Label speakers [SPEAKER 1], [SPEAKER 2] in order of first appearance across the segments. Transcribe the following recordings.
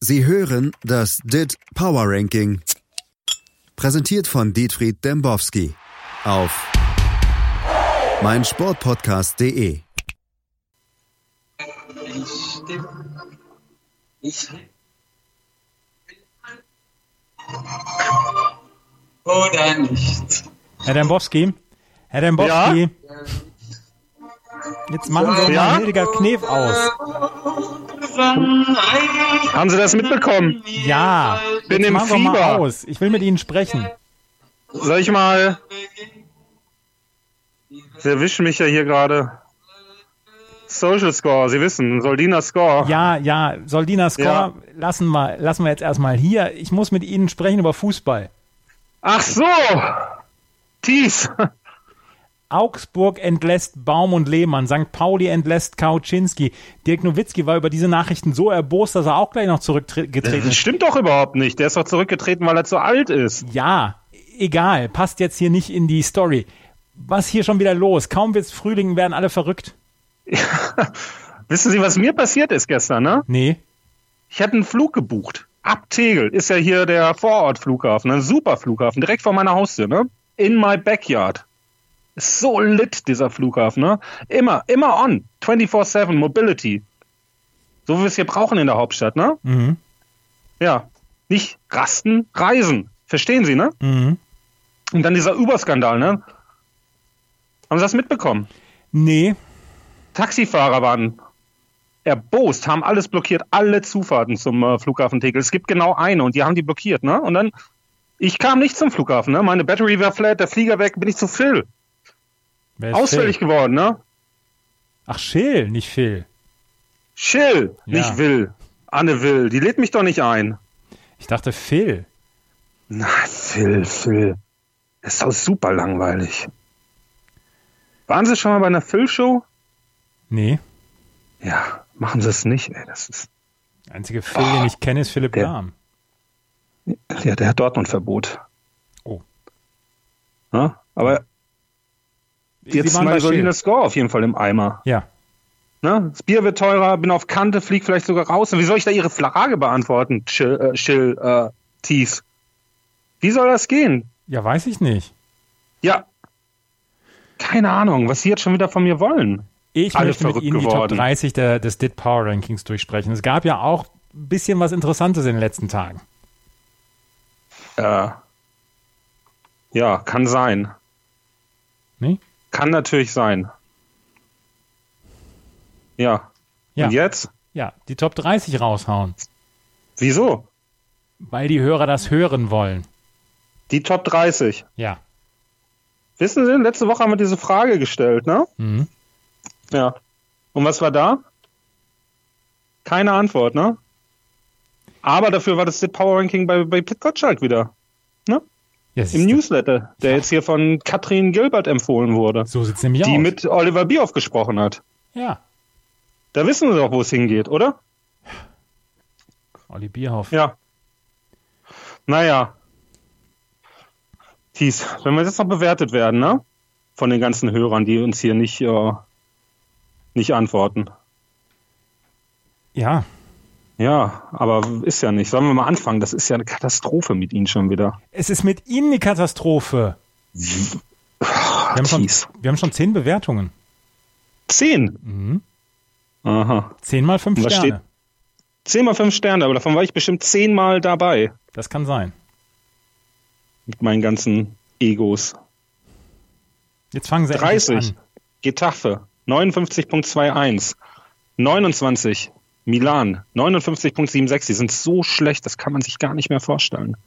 [SPEAKER 1] Sie hören das DIT Power Ranking. Präsentiert von Dietfried Dembowski auf meinsportpodcast.de.
[SPEAKER 2] Ich Ich. Oder nicht.
[SPEAKER 3] Herr Dembowski, Herr Dembowski, jetzt machen Sie
[SPEAKER 4] Ja?
[SPEAKER 3] mal Hildiger Knef aus.
[SPEAKER 4] Haben Sie das mitbekommen?
[SPEAKER 3] Ja,
[SPEAKER 4] Bin
[SPEAKER 3] jetzt
[SPEAKER 4] im
[SPEAKER 3] machen wir mal
[SPEAKER 4] Fieber.
[SPEAKER 3] aus. Ich will mit Ihnen sprechen.
[SPEAKER 4] Soll ich mal. Sie erwischen mich ja hier gerade. Social Score, Sie wissen, Soldiner Score.
[SPEAKER 3] Ja, ja, Soldina Score
[SPEAKER 4] Ja.
[SPEAKER 3] lassen, wir, lassen wir jetzt erstmal hier. Ich muss mit Ihnen sprechen über Fußball.
[SPEAKER 4] Ach so! Thies!
[SPEAKER 3] Augsburg entlässt Baum und Lehmann, St. Pauli entlässt Kauczynski. Dirk Nowitzki war über diese Nachrichten so erbost, dass er auch gleich noch zurückgetreten
[SPEAKER 4] Das
[SPEAKER 3] ist.
[SPEAKER 4] stimmt doch überhaupt nicht. Der ist doch zurückgetreten, weil er zu alt ist.
[SPEAKER 3] Ja, egal, passt jetzt hier nicht in die Story. Was hier schon wieder los? Kaum wird's Frühling, werden alle verrückt.
[SPEAKER 4] Wissen Sie, was mir passiert ist gestern, ne?
[SPEAKER 3] Nee.
[SPEAKER 4] Ich hatte einen Flug gebucht. Ab Tegel ist ja hier der Vorortflughafen, ein super Flughafen, direkt vor meiner Haustür, ne? In my backyard. Ist so lit, dieser Flughafen, ne? Immer, immer on. 24-7 Mobility. So wie wir es hier brauchen in der Hauptstadt, ne?
[SPEAKER 3] Mhm.
[SPEAKER 4] Ja. Nicht rasten, reisen. Verstehen Sie, ne?
[SPEAKER 3] Mhm.
[SPEAKER 4] Und dann dieser Überskandal, ne? Haben Sie das mitbekommen?
[SPEAKER 3] Nee.
[SPEAKER 4] Taxifahrer waren erbost, haben alles blockiert, alle Zufahrten zum äh, Flughafen Tegel. Es gibt genau eine und die haben die blockiert, ne? Und dann, ich kam nicht zum Flughafen, ne? Meine Battery war flat, der Flieger weg, bin ich zu Phil.
[SPEAKER 3] Wer ist
[SPEAKER 4] Ausfällig
[SPEAKER 3] Phil?
[SPEAKER 4] geworden, ne?
[SPEAKER 3] Ach, Schill, nicht Phil.
[SPEAKER 4] Chill,
[SPEAKER 3] Ja.
[SPEAKER 4] nicht Will. Anne Will, die lädt mich doch nicht ein.
[SPEAKER 3] Ich dachte Phil.
[SPEAKER 4] Na, Phil, Phil. Das ist doch super langweilig. Waren Sie schon mal bei einer Phil-Show?
[SPEAKER 3] Nee.
[SPEAKER 4] Ja, machen Sie es nicht, ey. Das ist,
[SPEAKER 3] Der einzige Phil,
[SPEAKER 4] Ah,
[SPEAKER 3] den ich kenne, ist Philipp
[SPEAKER 4] Der-
[SPEAKER 3] Lahm.
[SPEAKER 4] ja, der hat Dortmund-Verbot.
[SPEAKER 3] Oh.
[SPEAKER 4] Ne? Aber Jetzt ist mein solider Score auf jeden Fall im Eimer.
[SPEAKER 3] Ja.
[SPEAKER 4] Ne? Das Bier wird teurer, bin auf Kante, flieg vielleicht sogar raus. Und wie soll ich da Ihre Frage beantworten, Chill, äh, Chill äh, Thies? Wie soll das gehen?
[SPEAKER 3] Ja, weiß ich nicht.
[SPEAKER 4] Ja. Keine Ahnung, was Sie jetzt schon wieder von mir wollen.
[SPEAKER 3] Ich
[SPEAKER 4] Alle
[SPEAKER 3] möchte mit
[SPEAKER 4] verrückt
[SPEAKER 3] Ihnen die Top
[SPEAKER 4] geworden.
[SPEAKER 3] 30 der, des DIT Power Rankings durchsprechen. Es gab ja auch ein bisschen was Interessantes in den letzten Tagen.
[SPEAKER 4] Äh, ja, kann sein.
[SPEAKER 3] Nee?
[SPEAKER 4] Kann natürlich sein. Ja.
[SPEAKER 3] Ja.
[SPEAKER 4] Und jetzt?
[SPEAKER 3] Ja, die Top 30 raushauen,
[SPEAKER 4] Wieso?
[SPEAKER 3] weil die Hörer das hören wollen.
[SPEAKER 4] Die Top 30.
[SPEAKER 3] Ja.
[SPEAKER 4] Wissen Sie, letzte Woche haben wir diese Frage gestellt, ne?
[SPEAKER 3] Mhm.
[SPEAKER 4] Ja. Und was war da? Keine Antwort, ne? Aber dafür war das Power Ranking bei, bei Pit Gottschalk wieder.
[SPEAKER 3] Ja,
[SPEAKER 4] Im
[SPEAKER 3] siehste.
[SPEAKER 4] Newsletter, der jetzt hier von Katrin Gilbert empfohlen wurde.
[SPEAKER 3] so sieht's nämlich
[SPEAKER 4] Die
[SPEAKER 3] aus.
[SPEAKER 4] mit Oliver Bierhoff gesprochen hat.
[SPEAKER 3] ja.
[SPEAKER 4] Da wissen sie doch, wo es hingeht, oder?
[SPEAKER 3] Olli Bierhoff.
[SPEAKER 4] Ja. Naja. Thies, wenn wir jetzt noch bewertet werden, ne? Von den ganzen Hörern, die uns hier nicht, äh, nicht antworten.
[SPEAKER 3] ja.
[SPEAKER 4] Ja, aber ist ja nicht. Sollen wir mal anfangen? Das ist ja eine Katastrophe mit Ihnen schon wieder.
[SPEAKER 3] Es ist mit Ihnen die Katastrophe. Wir haben, schon,
[SPEAKER 4] Tief.
[SPEAKER 3] wir haben schon zehn Bewertungen.
[SPEAKER 4] Zehn. Aha.
[SPEAKER 3] Zehn mal fünf
[SPEAKER 4] Und was
[SPEAKER 3] Sterne.
[SPEAKER 4] Zehn mal fünf Sterne, aber davon war ich bestimmt zehnmal dabei
[SPEAKER 3] Das kann sein.
[SPEAKER 4] mit meinen ganzen Egos.
[SPEAKER 3] Jetzt fangen sie endlich
[SPEAKER 4] 30.
[SPEAKER 3] an.
[SPEAKER 4] Getafe. 59.21. 29. Milan. 59.76. Die sind so schlecht, das kann man sich gar nicht mehr vorstellen.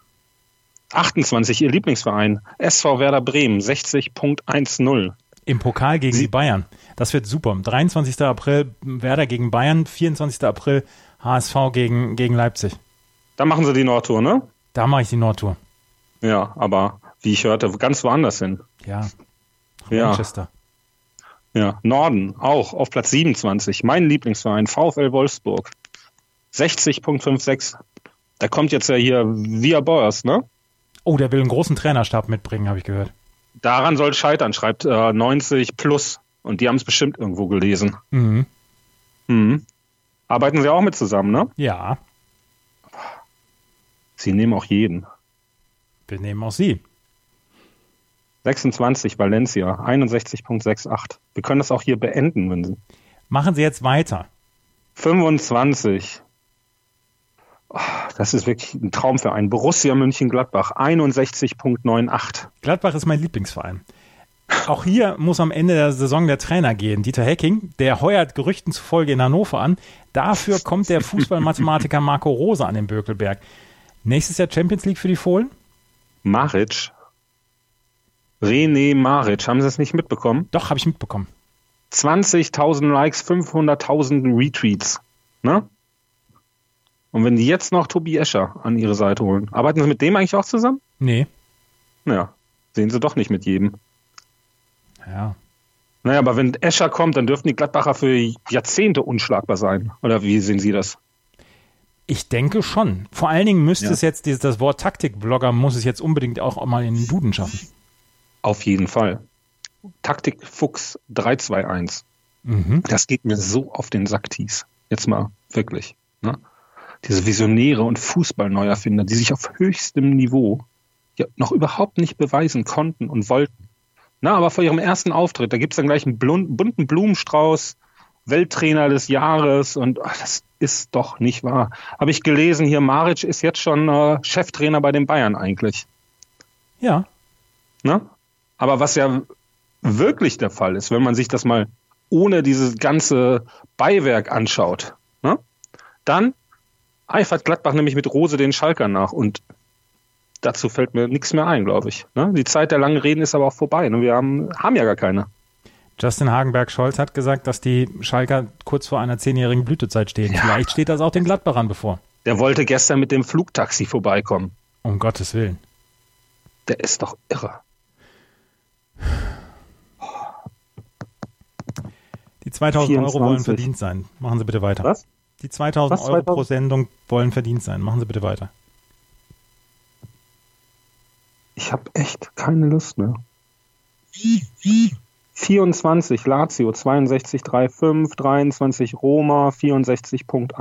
[SPEAKER 4] 28. Ihr Lieblingsverein. SV Werder Bremen. 60.10.
[SPEAKER 3] Im Pokal gegen die Bayern. Das wird super. 23. April Werder gegen Bayern, 24. April HSV gegen, gegen Leipzig.
[SPEAKER 4] Da machen sie die Nordtour, ne?
[SPEAKER 3] Da mache ich die Nordtour.
[SPEAKER 4] Ja, aber wie ich hörte, ganz woanders hin.
[SPEAKER 3] Ja. Nach
[SPEAKER 4] Ja.
[SPEAKER 3] Manchester.
[SPEAKER 4] Ja, Norden auch auf Platz 27. Mein Lieblingsverein, VfL Wolfsburg. 60.56. Da kommt jetzt ja hier Via Boers, ne?
[SPEAKER 3] Oh, der will einen großen Trainerstab mitbringen, habe ich gehört.
[SPEAKER 4] Daran soll scheitern, schreibt äh, 90 plus. Und die haben es bestimmt irgendwo gelesen. Hm.
[SPEAKER 3] Mhm.
[SPEAKER 4] Mhm. Arbeiten sie auch mit zusammen, ne?
[SPEAKER 3] Ja.
[SPEAKER 4] Sie nehmen auch jeden.
[SPEAKER 3] Wir nehmen auch sie.
[SPEAKER 4] 26 Valencia, 61.68. Wir können das auch hier beenden, wenn Sie.
[SPEAKER 3] Machen Sie jetzt weiter.
[SPEAKER 4] 25. Oh, Das ist wirklich ein Traum für einen. Borussia Mönchengladbach, 61.98.
[SPEAKER 3] Gladbach ist mein Lieblingsverein. Auch hier muss am Ende der Saison der Trainer gehen, Dieter Hecking. Der heuert Gerüchten zufolge in Hannover an. Dafür kommt der Fußballmathematiker Marco Rose an den Bökelberg. Nächstes Jahr Champions League für die Fohlen?
[SPEAKER 4] Maric. René Maric, haben Sie es nicht mitbekommen?
[SPEAKER 3] Doch, habe ich mitbekommen.
[SPEAKER 4] 20.000 Likes, 500.000 Retweets. Ne? Und wenn die jetzt noch Tobi Escher an ihre Seite holen, arbeiten sie mit dem eigentlich auch zusammen?
[SPEAKER 3] Nee.
[SPEAKER 4] Naja, sehen sie doch nicht mit jedem.
[SPEAKER 3] Ja.
[SPEAKER 4] Naja, aber wenn Escher kommt, dann dürften die Gladbacher für Jahrzehnte unschlagbar sein. Oder wie sehen Sie das?
[SPEAKER 3] Ich denke schon. Vor allen Dingen müsste
[SPEAKER 4] Ja.
[SPEAKER 3] es jetzt, dieses, das Wort Taktikblogger muss es jetzt unbedingt auch mal in den Duden schaffen.
[SPEAKER 4] Auf jeden Fall. Taktik Fuchs 321.
[SPEAKER 3] Mhm.
[SPEAKER 4] Das geht mir so auf den Sack, Thies. Jetzt mal, wirklich. Ne? Diese Visionäre und Fußballneuerfinder, die sich auf höchstem Niveau ja noch überhaupt nicht beweisen konnten und wollten. Na, aber vor ihrem ersten Auftritt, da gibt es dann gleich einen blun- bunten Blumenstrauß, Welttrainer des Jahres und ach, das ist doch nicht wahr. Habe ich gelesen, hier Maric ist jetzt schon äh, Cheftrainer bei den Bayern eigentlich.
[SPEAKER 3] Ja.
[SPEAKER 4] Ne? Aber was ja wirklich der Fall ist, wenn man sich das mal ohne dieses ganze Beiwerk anschaut, ne? dann eifert Gladbach nämlich mit Rose den Schalkern nach. Und dazu fällt mir nichts mehr ein, glaube ich. Ne? Die Zeit der langen Reden ist aber auch vorbei. Ne? Wir haben, haben ja gar keine.
[SPEAKER 3] Justin Hagenberg-Scholz hat gesagt, dass die Schalker kurz vor einer zehnjährigen Blütezeit stehen. Vielleicht steht das auch den Gladbachern bevor.
[SPEAKER 4] Der wollte gestern mit dem Flugtaxi vorbeikommen.
[SPEAKER 3] Um Gottes Willen.
[SPEAKER 4] Der ist doch irre.
[SPEAKER 3] Die 2000 Euro wollen
[SPEAKER 4] 24.
[SPEAKER 3] verdient sein. Machen Sie bitte weiter.
[SPEAKER 4] Was?
[SPEAKER 3] Die 2000
[SPEAKER 4] Was,
[SPEAKER 3] Euro
[SPEAKER 4] 2000?
[SPEAKER 3] pro Sendung wollen verdient sein. Machen Sie bitte weiter.
[SPEAKER 4] Ich habe echt keine Lust mehr. 24 Lazio, 62,35, 23 Roma, 64,16,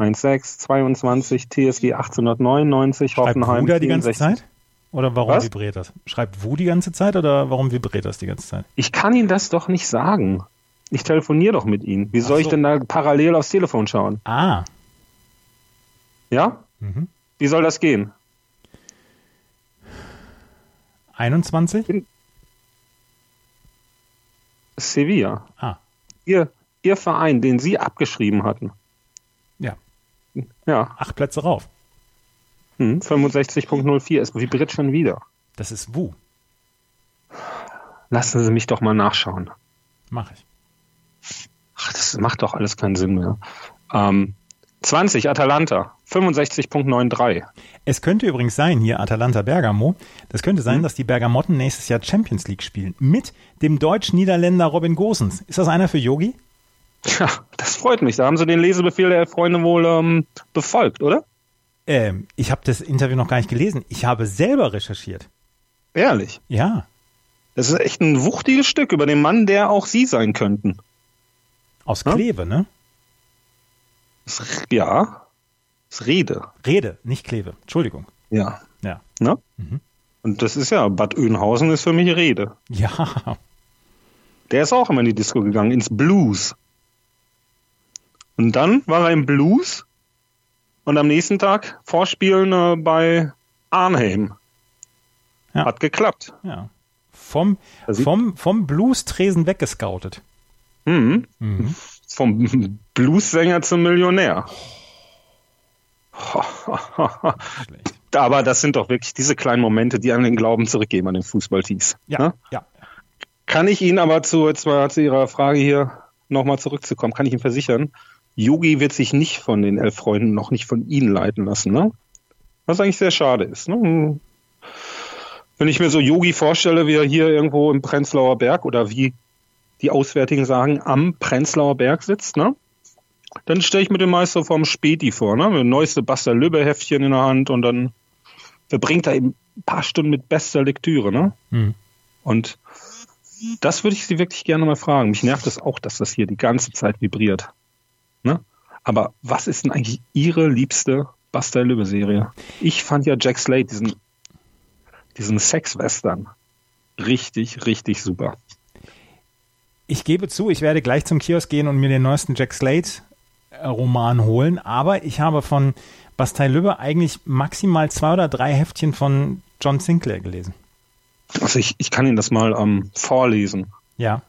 [SPEAKER 4] 22 TSG 1899,
[SPEAKER 3] Schreibt
[SPEAKER 4] Hoffenheim.
[SPEAKER 3] Wuda die ganze
[SPEAKER 4] 64.
[SPEAKER 3] Zeit? Oder warum
[SPEAKER 4] Was?
[SPEAKER 3] vibriert das? Schreibt Wu die ganze Zeit oder warum vibriert das die ganze Zeit?
[SPEAKER 4] Ich kann Ihnen das doch nicht sagen. Ich telefoniere doch mit Ihnen. Wie soll
[SPEAKER 3] Ach
[SPEAKER 4] ich
[SPEAKER 3] so.
[SPEAKER 4] denn da parallel aufs Telefon schauen?
[SPEAKER 3] Ah,
[SPEAKER 4] Ja?
[SPEAKER 3] Mhm.
[SPEAKER 4] Wie soll das gehen?
[SPEAKER 3] 21?
[SPEAKER 4] Sevilla.
[SPEAKER 3] Ah,
[SPEAKER 4] Ihr, Ihr Verein, den Sie abgeschrieben hatten.
[SPEAKER 3] ja.
[SPEAKER 4] Ja,
[SPEAKER 3] Acht Plätze rauf.
[SPEAKER 4] hm, 65.04. Es vibriert schon wieder.
[SPEAKER 3] Das ist Wu.
[SPEAKER 4] Lassen Sie mich doch mal nachschauen.
[SPEAKER 3] Mach ich.
[SPEAKER 4] Ach, das macht doch alles keinen Sinn mehr. Ähm, 20, Atalanta, 65.93.
[SPEAKER 3] Es könnte übrigens sein, hier Atalanta Bergamo, das könnte
[SPEAKER 4] Hm?
[SPEAKER 3] sein, dass die Bergamotten nächstes Jahr Champions League spielen. Mit dem Deutsch-Niederländer Robin Gosens. Ist das einer für Yogi?
[SPEAKER 4] Tja, das freut mich. Da haben sie den Lesebefehl der Freunde wohl ähm, befolgt, oder?
[SPEAKER 3] Ähm, ich habe das Interview noch gar nicht gelesen. Ich habe selber recherchiert.
[SPEAKER 4] Ehrlich.
[SPEAKER 3] Ja,
[SPEAKER 4] Das ist echt ein wuchtiges Stück über den Mann, der auch sie sein könnten.
[SPEAKER 3] aus
[SPEAKER 4] Ja?
[SPEAKER 3] Kleve, ne?
[SPEAKER 4] Das- Ja. Das Rede.
[SPEAKER 3] Rede, nicht Kleve. Entschuldigung.
[SPEAKER 4] Ja.
[SPEAKER 3] Ja.
[SPEAKER 4] Ne? Und das ist ja, Bad Oeynhausen ist für mich Rede.
[SPEAKER 3] Ja.
[SPEAKER 4] Der ist auch immer in die Disco gegangen, ins Blues. Und dann war er im Blues und am nächsten Tag Vorspielen äh, bei Arnhem.
[SPEAKER 3] Ja.
[SPEAKER 4] Hat geklappt.
[SPEAKER 3] ja. Vom,
[SPEAKER 4] Da sieht-
[SPEAKER 3] vom, vom Blues-Tresen weggescoutet.
[SPEAKER 4] Mhm. Vom Blues-Sänger zum Millionär.
[SPEAKER 3] Schlecht.
[SPEAKER 4] Aber das sind doch wirklich diese kleinen Momente, die an den Glauben zurückgeben an den Fußballteams.
[SPEAKER 3] Ja,
[SPEAKER 4] Ne?
[SPEAKER 3] ja.
[SPEAKER 4] Kann ich Ihnen aber zu, jetzt mal zu Ihrer Frage hier nochmal zurückzukommen, kann ich Ihnen versichern, Yogi wird sich nicht von den elf Freunden, noch nicht von Ihnen leiten lassen, ne? Was eigentlich sehr schade ist, ne? Wenn ich mir so Yogi vorstelle, wie er hier irgendwo im Prenzlauer Berg oder wie die Auswärtigen sagen, am Prenzlauer Berg sitzt, ne? Dann stelle ich mir den Meister vom Späti vor, ne? Mit dem neueste Buster Lübbe-Heftchen in der Hand und dann verbringt er eben ein paar Stunden mit bester Lektüre, ne?
[SPEAKER 3] Mhm.
[SPEAKER 4] Und das würde ich Sie wirklich gerne mal fragen. Mich nervt es auch, dass das hier die ganze Zeit vibriert. Ne? Aber was ist denn eigentlich Ihre liebste Buster Lübbe-Serie. Ich fand ja Jack Slade, diesen, diesen Sex-Western, richtig, richtig super.
[SPEAKER 3] Ich gebe zu, ich werde gleich zum Kiosk gehen und mir den neuesten Jack Slade-Roman holen, aber ich habe von Bastei Lübbe eigentlich maximal zwei oder drei Heftchen von John Sinclair gelesen.
[SPEAKER 4] Also ich, ich kann Ihnen das mal ähm, vorlesen.
[SPEAKER 3] Ja.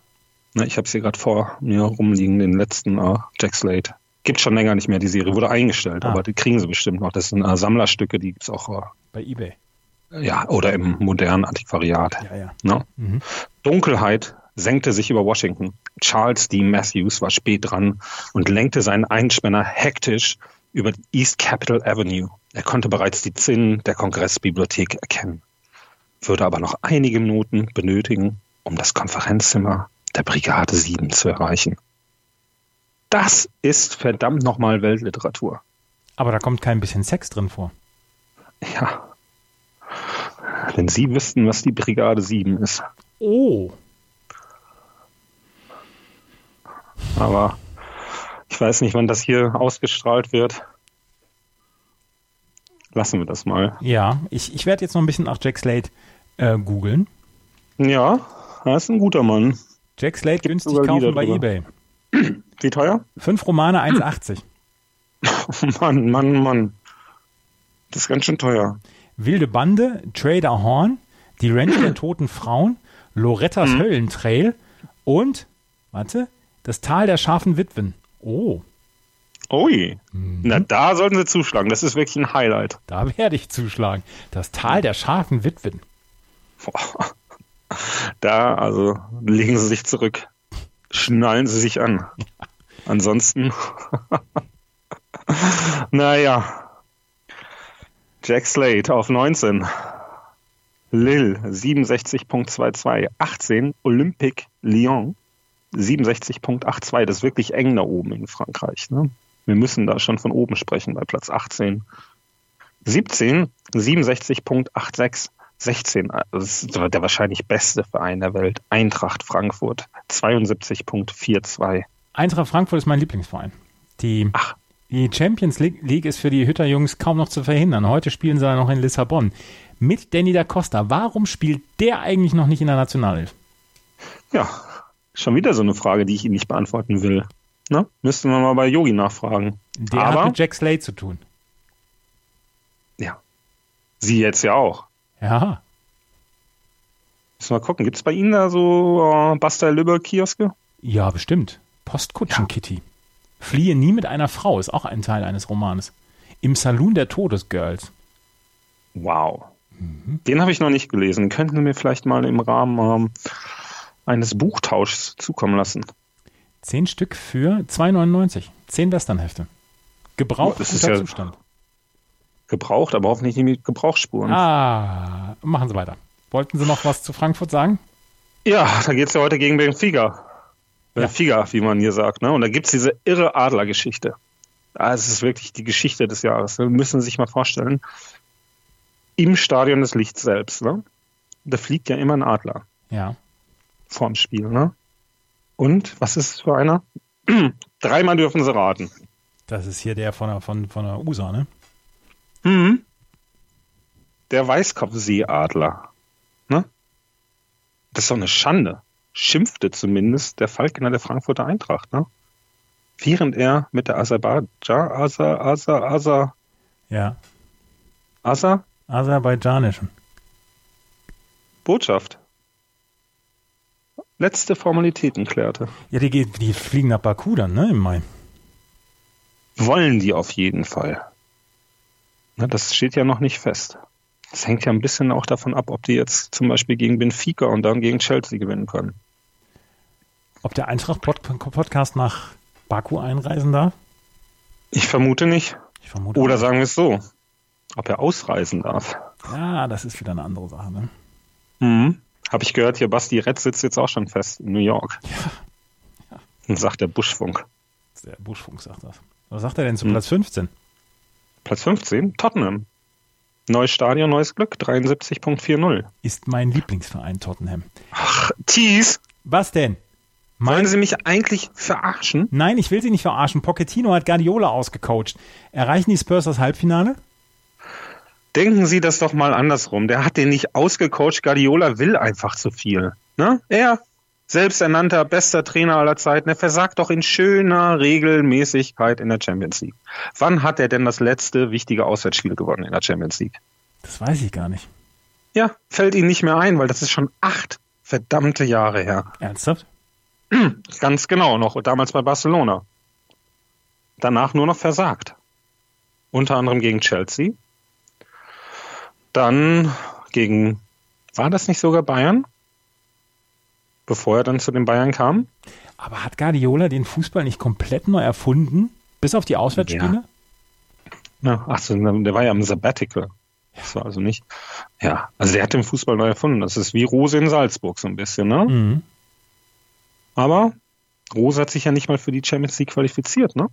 [SPEAKER 4] Ne, ich habe es hier gerade vor mir rumliegen, den letzten äh, Jack Slade. Gibt schon länger nicht mehr, die Serie wurde eingestellt,
[SPEAKER 3] Ah.
[SPEAKER 4] aber die kriegen sie bestimmt noch. Das sind äh, Sammlerstücke, die gibt's auch
[SPEAKER 3] Bei eBay.
[SPEAKER 4] äh, ja, oder im modernen Antiquariat.
[SPEAKER 3] Ja, ja.
[SPEAKER 4] Ne?
[SPEAKER 3] Mhm.
[SPEAKER 4] Dunkelheit senkte sich über Washington. Charles D. Matthews war spät dran und lenkte seinen Einspänner hektisch über die East Capitol Avenue. Er konnte bereits die Zinnen der Kongressbibliothek erkennen, würde aber noch einige Minuten benötigen, um das Konferenzzimmer der Brigade 7 zu erreichen. Das ist verdammt nochmal Weltliteratur.
[SPEAKER 3] Aber da kommt kein bisschen Sex drin vor.
[SPEAKER 4] Ja. Wenn Sie wüssten, was die Brigade 7 ist.
[SPEAKER 3] Oh.
[SPEAKER 4] Aber ich weiß nicht, wann das hier ausgestrahlt wird. Lassen wir das mal.
[SPEAKER 3] Ja, ich, ich werde jetzt noch ein bisschen nach Jack Slade äh, googeln.
[SPEAKER 4] Ja, er ist ein guter Mann.
[SPEAKER 3] Jack Slade günstig
[SPEAKER 4] sogar
[SPEAKER 3] kaufen
[SPEAKER 4] Lieder
[SPEAKER 3] bei
[SPEAKER 4] drüber.
[SPEAKER 3] eBay.
[SPEAKER 4] Wie teuer?
[SPEAKER 3] Fünf Romane 1,80.
[SPEAKER 4] Mann, Mann, Mann. Das ist ganz schön teuer.
[SPEAKER 3] Wilde Bande, Trader Horn, Die Ranch der toten Frauen, Lorettas
[SPEAKER 4] Mhm.
[SPEAKER 3] Höllentrail und, warte, das Tal der scharfen Witwen. Oh,
[SPEAKER 4] Ui. Na, da sollten sie zuschlagen. Das ist wirklich ein Highlight.
[SPEAKER 3] da werde ich zuschlagen. Das Tal der scharfen Witwen.
[SPEAKER 4] Boah. Da, also, legen sie sich zurück. Schnallen sie sich an. Ansonsten. naja. Jack Slade auf 19. Lille 67.22. 18. Olympique Lyon 67.82. Das ist wirklich eng da oben in Frankreich. Ne? Wir müssen da schon von oben sprechen bei Platz 18. 17, 67.86, 16, also das ist der wahrscheinlich beste Verein der Welt, Eintracht Frankfurt, 72.42.
[SPEAKER 3] Eintracht Frankfurt ist mein Lieblingsverein. Die,
[SPEAKER 4] Ach.
[SPEAKER 3] die Champions League, League ist für die Hütterjungs kaum noch zu verhindern. Heute spielen sie ja noch in Lissabon. Mit Danny da Costa. Warum spielt der eigentlich noch nicht in der Nationalelf?
[SPEAKER 4] Ja, schon wieder so eine Frage, die ich Ihnen nicht beantworten will. Ne? Müssten wir mal bei Yogi nachfragen.
[SPEAKER 3] Der
[SPEAKER 4] Aber
[SPEAKER 3] hat mit Jack Slade zu tun.
[SPEAKER 4] Sie jetzt ja auch.
[SPEAKER 3] Ja,
[SPEAKER 4] Müssen wir mal gucken, gibt es bei Ihnen da so äh, Bastel Lübbe Kioske?
[SPEAKER 3] ja, bestimmt. Postkutschen-Kitty. Fliehe nie mit einer Frau ist auch ein Teil eines Romanes. Im Saloon der Todesgirls.
[SPEAKER 4] Wow.
[SPEAKER 3] Mhm.
[SPEAKER 4] Den habe ich noch nicht gelesen. Könnten Sie mir vielleicht mal im Rahmen ähm, eines Buchtauschs zukommen lassen?
[SPEAKER 3] Zehn Stück für 2,99. Zehn Westernhefte. Gebraucht
[SPEAKER 4] Oh, das
[SPEAKER 3] guter
[SPEAKER 4] ist ja-
[SPEAKER 3] Zustand.
[SPEAKER 4] Gebraucht, aber hoffentlich nicht mit Gebrauchsspuren.
[SPEAKER 3] Ah, machen Sie weiter. Wollten Sie noch was zu Frankfurt sagen?
[SPEAKER 4] Ja, da geht's ja heute gegen Benfica. Benfica, wie man hier sagt. Ne? Und da gibt's diese irre Adlergeschichte. Ah, Es ist wirklich die Geschichte des Jahres. Ne? Müssen Sie sich mal vorstellen. Im Stadion des Lichts selbst. Ne? Da fliegt ja immer ein Adler
[SPEAKER 3] Ja.
[SPEAKER 4] vorm Spiel. Ne? Und was ist es für einer? Dreimal dürfen Sie raten.
[SPEAKER 3] Das ist hier der von der, von, von der USA, ne?
[SPEAKER 4] Mhm. Der Weißkopfseeadler. Ne? Das ist doch eine Schande. Schimpfte zumindest der Falkner der Frankfurter Eintracht, ne? Während er mit der Aserbaidschan, Aser, Aser, Aser,
[SPEAKER 3] Ja.
[SPEAKER 4] Aser,
[SPEAKER 3] Aserbaidschanischen.
[SPEAKER 4] Botschaft. Letzte Formalitäten klärte.
[SPEAKER 3] Ja, die, geht- die fliegen nach Baku dann, ne? Im Mai.
[SPEAKER 4] Wollen die auf jeden Fall. Ne, das steht ja noch nicht fest. Das hängt ja ein bisschen auch davon ab, ob die jetzt zum Beispiel gegen Benfica und dann gegen Chelsea gewinnen können.
[SPEAKER 3] Ob der Eintracht-Podcast nach Baku einreisen darf?
[SPEAKER 4] Ich vermute nicht.
[SPEAKER 3] Ich vermute.
[SPEAKER 4] Oder sagen wir es so, ob er ausreisen darf.
[SPEAKER 3] Ja, Ah, das ist wieder eine andere Sache, ne?
[SPEAKER 4] Mhm. Habe ich gehört, hier Basti Rett sitzt jetzt auch schon fest in New York. Und sagt der Buschfunk.
[SPEAKER 3] Der Buschfunk sagt das. Was sagt er denn zu
[SPEAKER 4] Hm.
[SPEAKER 3] Platz 15?
[SPEAKER 4] Platz 15, Tottenham. Neues Stadion, neues Glück, 73.40.
[SPEAKER 3] Ist mein Lieblingsverein Tottenham.
[SPEAKER 4] Ach, Tees,
[SPEAKER 3] Was denn?
[SPEAKER 4] Sollen Sie mich eigentlich verarschen?
[SPEAKER 3] Nein, ich will sie nicht verarschen. Pochettino hat Guardiola ausgecoacht. Erreichen die Spurs das Halbfinale?
[SPEAKER 4] Denken Sie das doch mal andersrum. Der hat den nicht ausgecoacht. Guardiola will einfach zu viel. Ne? Er, selbsternannter bester Trainer aller Zeiten, er versagt doch in schöner Regelmäßigkeit in der Champions League. Wann hat er denn das letzte wichtige Auswärtsspiel gewonnen in der Champions League?
[SPEAKER 3] Das weiß ich gar nicht.
[SPEAKER 4] Ja, fällt Ihnen nicht mehr ein, weil das ist schon acht verdammte Jahre her.
[SPEAKER 3] Ernsthaft?
[SPEAKER 4] Ganz genau noch. Und Damals bei Barcelona. Danach nur noch versagt. Unter anderem gegen Chelsea. Dann gegen, war das nicht sogar Bayern? Bevor er dann zu den Bayern kam?
[SPEAKER 3] Aber hat Guardiola den Fußball nicht komplett neu erfunden? Bis auf die Auswärtsspiele?
[SPEAKER 4] Ja, ach so, der war ja am Sabbatical. Das war also nicht. Ja, also der hat den Fußball neu erfunden. Das ist wie Rose in Salzburg so ein bisschen, ne?
[SPEAKER 3] Mhm.
[SPEAKER 4] Aber Rose hat sich ja nicht mal für die Champions League qualifiziert, ne?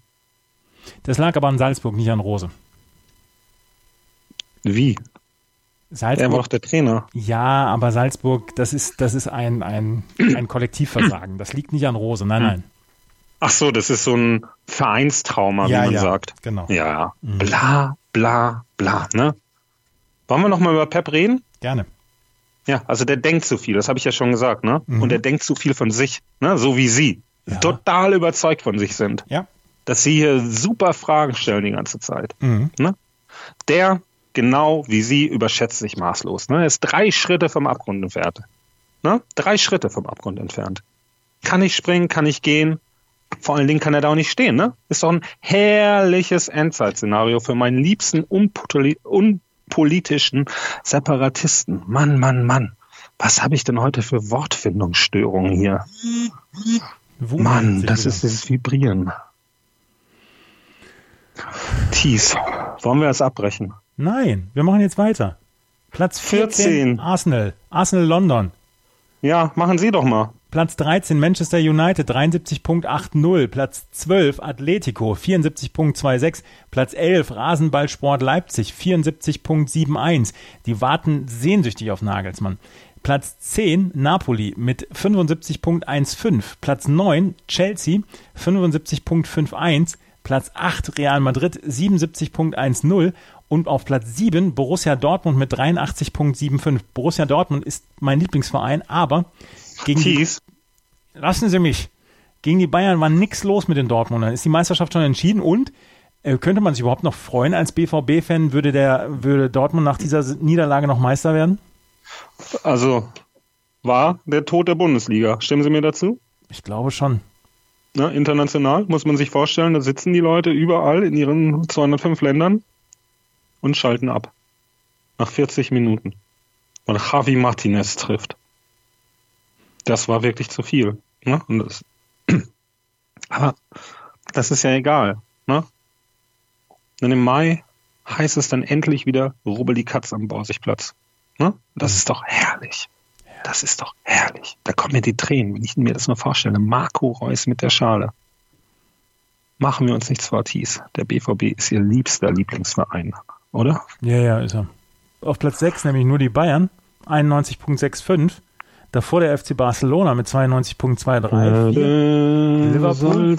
[SPEAKER 3] Das lag aber an Salzburg, nicht an Rose.
[SPEAKER 4] Wie? Er war
[SPEAKER 3] Salzburg,
[SPEAKER 4] doch der Trainer.
[SPEAKER 3] ja, aber Salzburg, das ist, das ist ein, ein, ein Kollektivversagen. Das liegt nicht an Rose. Nein,
[SPEAKER 4] Hm.
[SPEAKER 3] nein.
[SPEAKER 4] Ach so, das ist so ein Vereinstrauma,
[SPEAKER 3] Ja,
[SPEAKER 4] wie man
[SPEAKER 3] ja,
[SPEAKER 4] sagt.
[SPEAKER 3] genau.
[SPEAKER 4] Ja, bla, bla, bla, ne? Wollen wir nochmal über Pep reden?
[SPEAKER 3] Gerne.
[SPEAKER 4] Ja, also der denkt zu viel, das habe ich ja schon gesagt, ne?
[SPEAKER 3] Mhm.
[SPEAKER 4] Und der denkt zu viel von sich, ne? So wie Sie.
[SPEAKER 3] Ja.
[SPEAKER 4] Total überzeugt von sich sind.
[SPEAKER 3] Ja.
[SPEAKER 4] Dass Sie hier super Fragen stellen die ganze Zeit.
[SPEAKER 3] Mhm.
[SPEAKER 4] Ne? Der, genau wie Sie, überschätzt sich maßlos. Ne? Er ist drei Schritte vom Abgrund entfernt. Ne? Drei Schritte vom Abgrund entfernt. Kann ich springen, kann ich gehen. Vor allen Dingen kann er da auch nicht stehen. Ne? Ist doch ein herrliches Endzeitszenario für meinen liebsten unpotoli- unpolitischen Separatisten. Mann, Mann, Mann. Was habe ich denn heute für Wortfindungsstörungen hier?
[SPEAKER 3] Wo
[SPEAKER 4] Mann,
[SPEAKER 3] sich
[SPEAKER 4] das
[SPEAKER 3] wieder?
[SPEAKER 4] ist das Vibrieren. Thies, wollen wir das abbrechen?
[SPEAKER 3] Nein, wir machen jetzt weiter. Platz 14,
[SPEAKER 4] 14.
[SPEAKER 3] Arsenal. Arsenal London.
[SPEAKER 4] Ja, machen Sie doch mal.
[SPEAKER 3] Platz 13 Manchester United 73.80, Platz 12 Atletico 74.26, Platz 11 Rasenballsport Leipzig 74.71. Die warten sehnsüchtig auf Nagelsmann. Platz 10 Napoli mit 75.15, Platz 9 Chelsea 75.51, Platz 8 Real Madrid 77.10 und auf Platz 7 Borussia Dortmund mit 83.75. Borussia Dortmund ist mein Lieblingsverein, aber gegen die
[SPEAKER 4] Thies,
[SPEAKER 3] lassen Sie mich. Gegen die Bayern war nichts los mit den Dortmundern. Ist die Meisterschaft schon entschieden und äh, könnte man sich überhaupt noch freuen als BVB-Fan, würde der würde Dortmund nach dieser S- Niederlage noch Meister werden?
[SPEAKER 4] also war der Tod der Bundesliga. Stimmen Sie mir dazu?
[SPEAKER 3] Ich glaube schon.
[SPEAKER 4] Ne, international muss man sich vorstellen, da sitzen die Leute überall in ihren 205 Ländern und schalten ab. Nach 40 Minuten. Und Javi Martinez trifft. Das war wirklich zu viel. Ne? Und das, aber das ist ja egal. Ne? Denn im Mai heißt es dann endlich wieder rubbel die Katz am Borsigplatz. Ne? Das ist doch herrlich. Das ist doch herrlich. Da kommen mir die Tränen, wenn ich mir das nur vorstelle. Marco Reus mit der Schale. Machen wir uns nichts vor, Thies. Der BVB ist ihr liebster Lieblingsverein, oder?
[SPEAKER 3] Ja, ja, ist er. Auf Platz 6 nämlich nur die Bayern, 91.65. Davor der FC Barcelona mit 92.23. Äh, vier. Liverpool,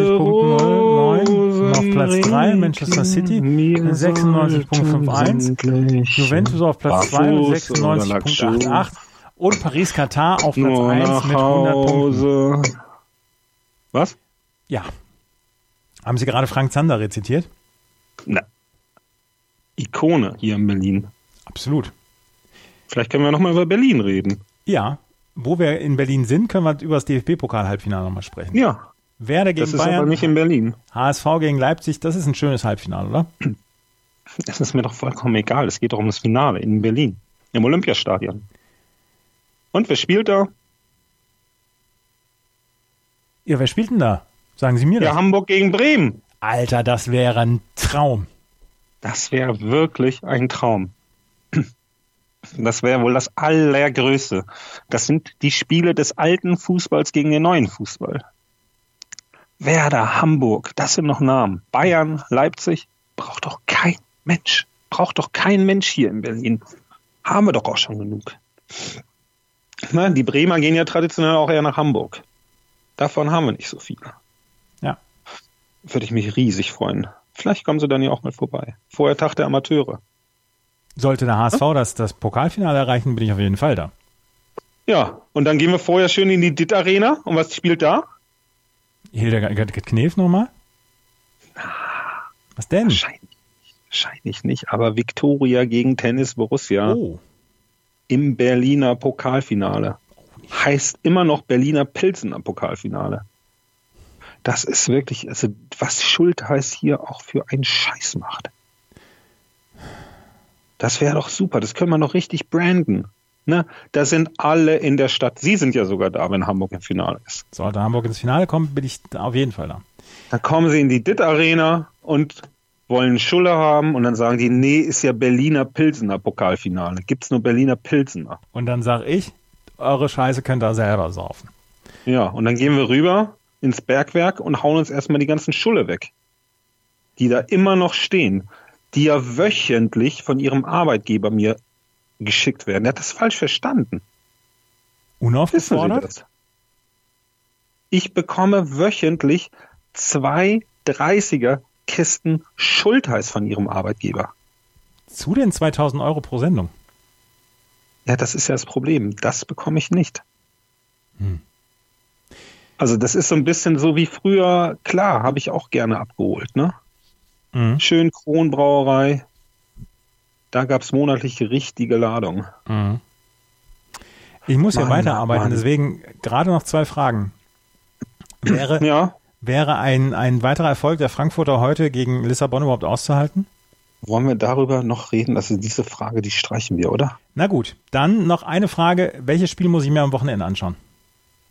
[SPEAKER 3] 93.09. Und auf Platz drei Manchester City, 96.51. Juventus auf Platz 2 mit 96.88 und Paris Katar auf Platz
[SPEAKER 4] Nur
[SPEAKER 3] 1
[SPEAKER 4] nach
[SPEAKER 3] mit 100 Punkten.
[SPEAKER 4] Hause. Was?
[SPEAKER 3] Ja. Haben Sie gerade Frank Zander rezitiert?
[SPEAKER 4] Na. Ikone hier in Berlin.
[SPEAKER 3] Absolut.
[SPEAKER 4] Vielleicht können wir nochmal über Berlin reden.
[SPEAKER 3] Ja. Wo wir in Berlin sind, können wir über das DFB-Pokal-Halbfinale nochmal sprechen.
[SPEAKER 4] Ja,
[SPEAKER 3] Werder gegen
[SPEAKER 4] das ist aber
[SPEAKER 3] Bayern,
[SPEAKER 4] nicht in Berlin.
[SPEAKER 3] HSV gegen Leipzig, das ist ein schönes Halbfinale, oder?
[SPEAKER 4] Es ist mir doch vollkommen egal. Es geht doch um das Finale in Berlin, im Olympiastadion. Und wer spielt da?
[SPEAKER 3] Ja, wer spielt denn da? Sagen Sie mir das.
[SPEAKER 4] Ja, Hamburg gegen Bremen.
[SPEAKER 3] Alter, das wäre ein Traum.
[SPEAKER 4] Das wäre wirklich ein Traum. Das wäre wohl das Allergrößte. Das sind die Spiele des alten Fußballs gegen den neuen Fußball. Werder, Hamburg, das sind noch Namen. Bayern, Leipzig, braucht doch kein Mensch. Braucht doch kein Mensch hier in Berlin. Haben wir doch auch schon genug. Na, die Bremer gehen ja traditionell auch eher nach Hamburg. Davon haben wir nicht so viele.
[SPEAKER 3] Ja.
[SPEAKER 4] Würde ich mich riesig freuen. Vielleicht kommen sie dann ja auch mal vorbei. Vorher Tag der Amateure.
[SPEAKER 3] Sollte der HSV
[SPEAKER 4] Hm?
[SPEAKER 3] das, das Pokalfinale erreichen, bin ich auf jeden Fall da.
[SPEAKER 4] Ja, und dann gehen wir vorher schön in die DIT Arena. Und was spielt da?
[SPEAKER 3] Hildegard Knef nochmal? Was denn?
[SPEAKER 4] Wahrscheinlich, wahrscheinlich nicht, aber Viktoria gegen Tennis Borussia
[SPEAKER 3] Oh,
[SPEAKER 4] im Berliner Pokalfinale. Heißt immer noch Berliner Pilsener Pokalfinale. Das ist wirklich, also was Schultheiß hier auch für einen Scheiß macht. Das wäre doch super, das können wir noch richtig branden. Ne? Da sind alle in der Stadt. Sie sind ja sogar da, wenn Hamburg im Finale ist.
[SPEAKER 3] sollte Hamburg ins Finale kommen, bin ich da auf jeden Fall da.
[SPEAKER 4] Dann kommen sie in die DIT Arena und wollen Schulle haben und dann sagen die, nee, ist ja Berliner Pilsener Pokalfinale. Gibt's nur Berliner Pilsener.
[SPEAKER 3] Und dann sage ich, eure Scheiße könnt ihr selber saufen.
[SPEAKER 4] Ja, und dann gehen wir rüber ins Bergwerk und hauen uns erstmal die ganzen Schulle weg, die da immer noch stehen, die ja wöchentlich von ihrem Arbeitgeber mir geschickt werden. Der hat das falsch verstanden. Wissen Sie
[SPEAKER 3] Unaufgefordert?
[SPEAKER 4] das? Ich bekomme wöchentlich zwei 30er Kisten Schultheiß von ihrem Arbeitgeber.
[SPEAKER 3] Zu den 2000 Euro pro Sendung.
[SPEAKER 4] Ja, das ist ja das Problem. Das bekomme ich nicht. Also das ist so ein bisschen so wie früher. Klar, habe ich auch gerne abgeholt. Ne?
[SPEAKER 3] Mhm.
[SPEAKER 4] Schön Kronbrauerei. Da gab es monatlich richtige Ladung.
[SPEAKER 3] Ich muss ja
[SPEAKER 4] Mann,
[SPEAKER 3] weiterarbeiten,
[SPEAKER 4] Mann.
[SPEAKER 3] deswegen gerade noch zwei Fragen. Wäre,
[SPEAKER 4] Ja,
[SPEAKER 3] wäre ein, ein weiterer Erfolg der Frankfurter heute gegen Lissabon überhaupt auszuhalten?
[SPEAKER 4] wollen wir darüber noch reden? Also diese Frage, die streichen wir, oder?
[SPEAKER 3] Na gut, dann noch eine Frage. Welches Spiel muss ich mir am Wochenende anschauen?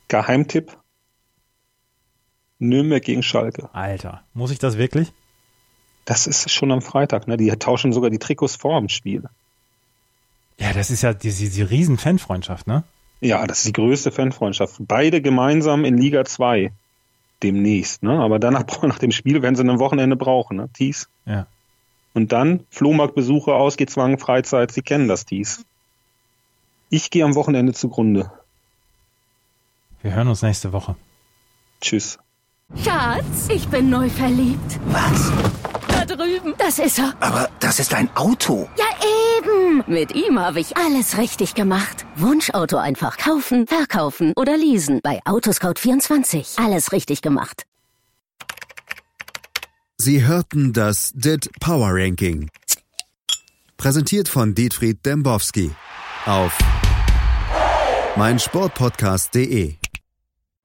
[SPEAKER 4] Geheimtipp. Nürnberg gegen Schalke.
[SPEAKER 3] Alter, muss ich das wirklich?
[SPEAKER 4] Das ist schon am Freitag. Ne? Die tauschen sogar die Trikots vor dem Spiel.
[SPEAKER 3] Ja, das ist ja diese, diese riesen Fanfreundschaft, ne?
[SPEAKER 4] Ja, das ist die größte Fanfreundschaft. Beide gemeinsam in Liga 2 demnächst. Ne? Aber danach, nach dem Spiel werden sie ein Wochenende brauchen. Ne? Thies.
[SPEAKER 3] Ja.
[SPEAKER 4] Und dann Flohmarktbesuche, Ausgezwang, Freizeit. Sie kennen das, Thies. Ich gehe am Wochenende zugrunde.
[SPEAKER 3] Wir hören uns nächste Woche.
[SPEAKER 4] Tschüss.
[SPEAKER 5] Schatz, ich bin neu verliebt.
[SPEAKER 6] Was?
[SPEAKER 5] Da drüben. Das ist er.
[SPEAKER 6] Aber das ist ein Auto.
[SPEAKER 5] Ja, eben. Mit ihm habe ich alles richtig gemacht. Wunschauto einfach kaufen, verkaufen oder leasen. Bei Autoscout24. Alles richtig gemacht.
[SPEAKER 1] Sie hörten das DIT Power Ranking. Präsentiert von Dietfried Dembowski auf meinsportpodcast.de.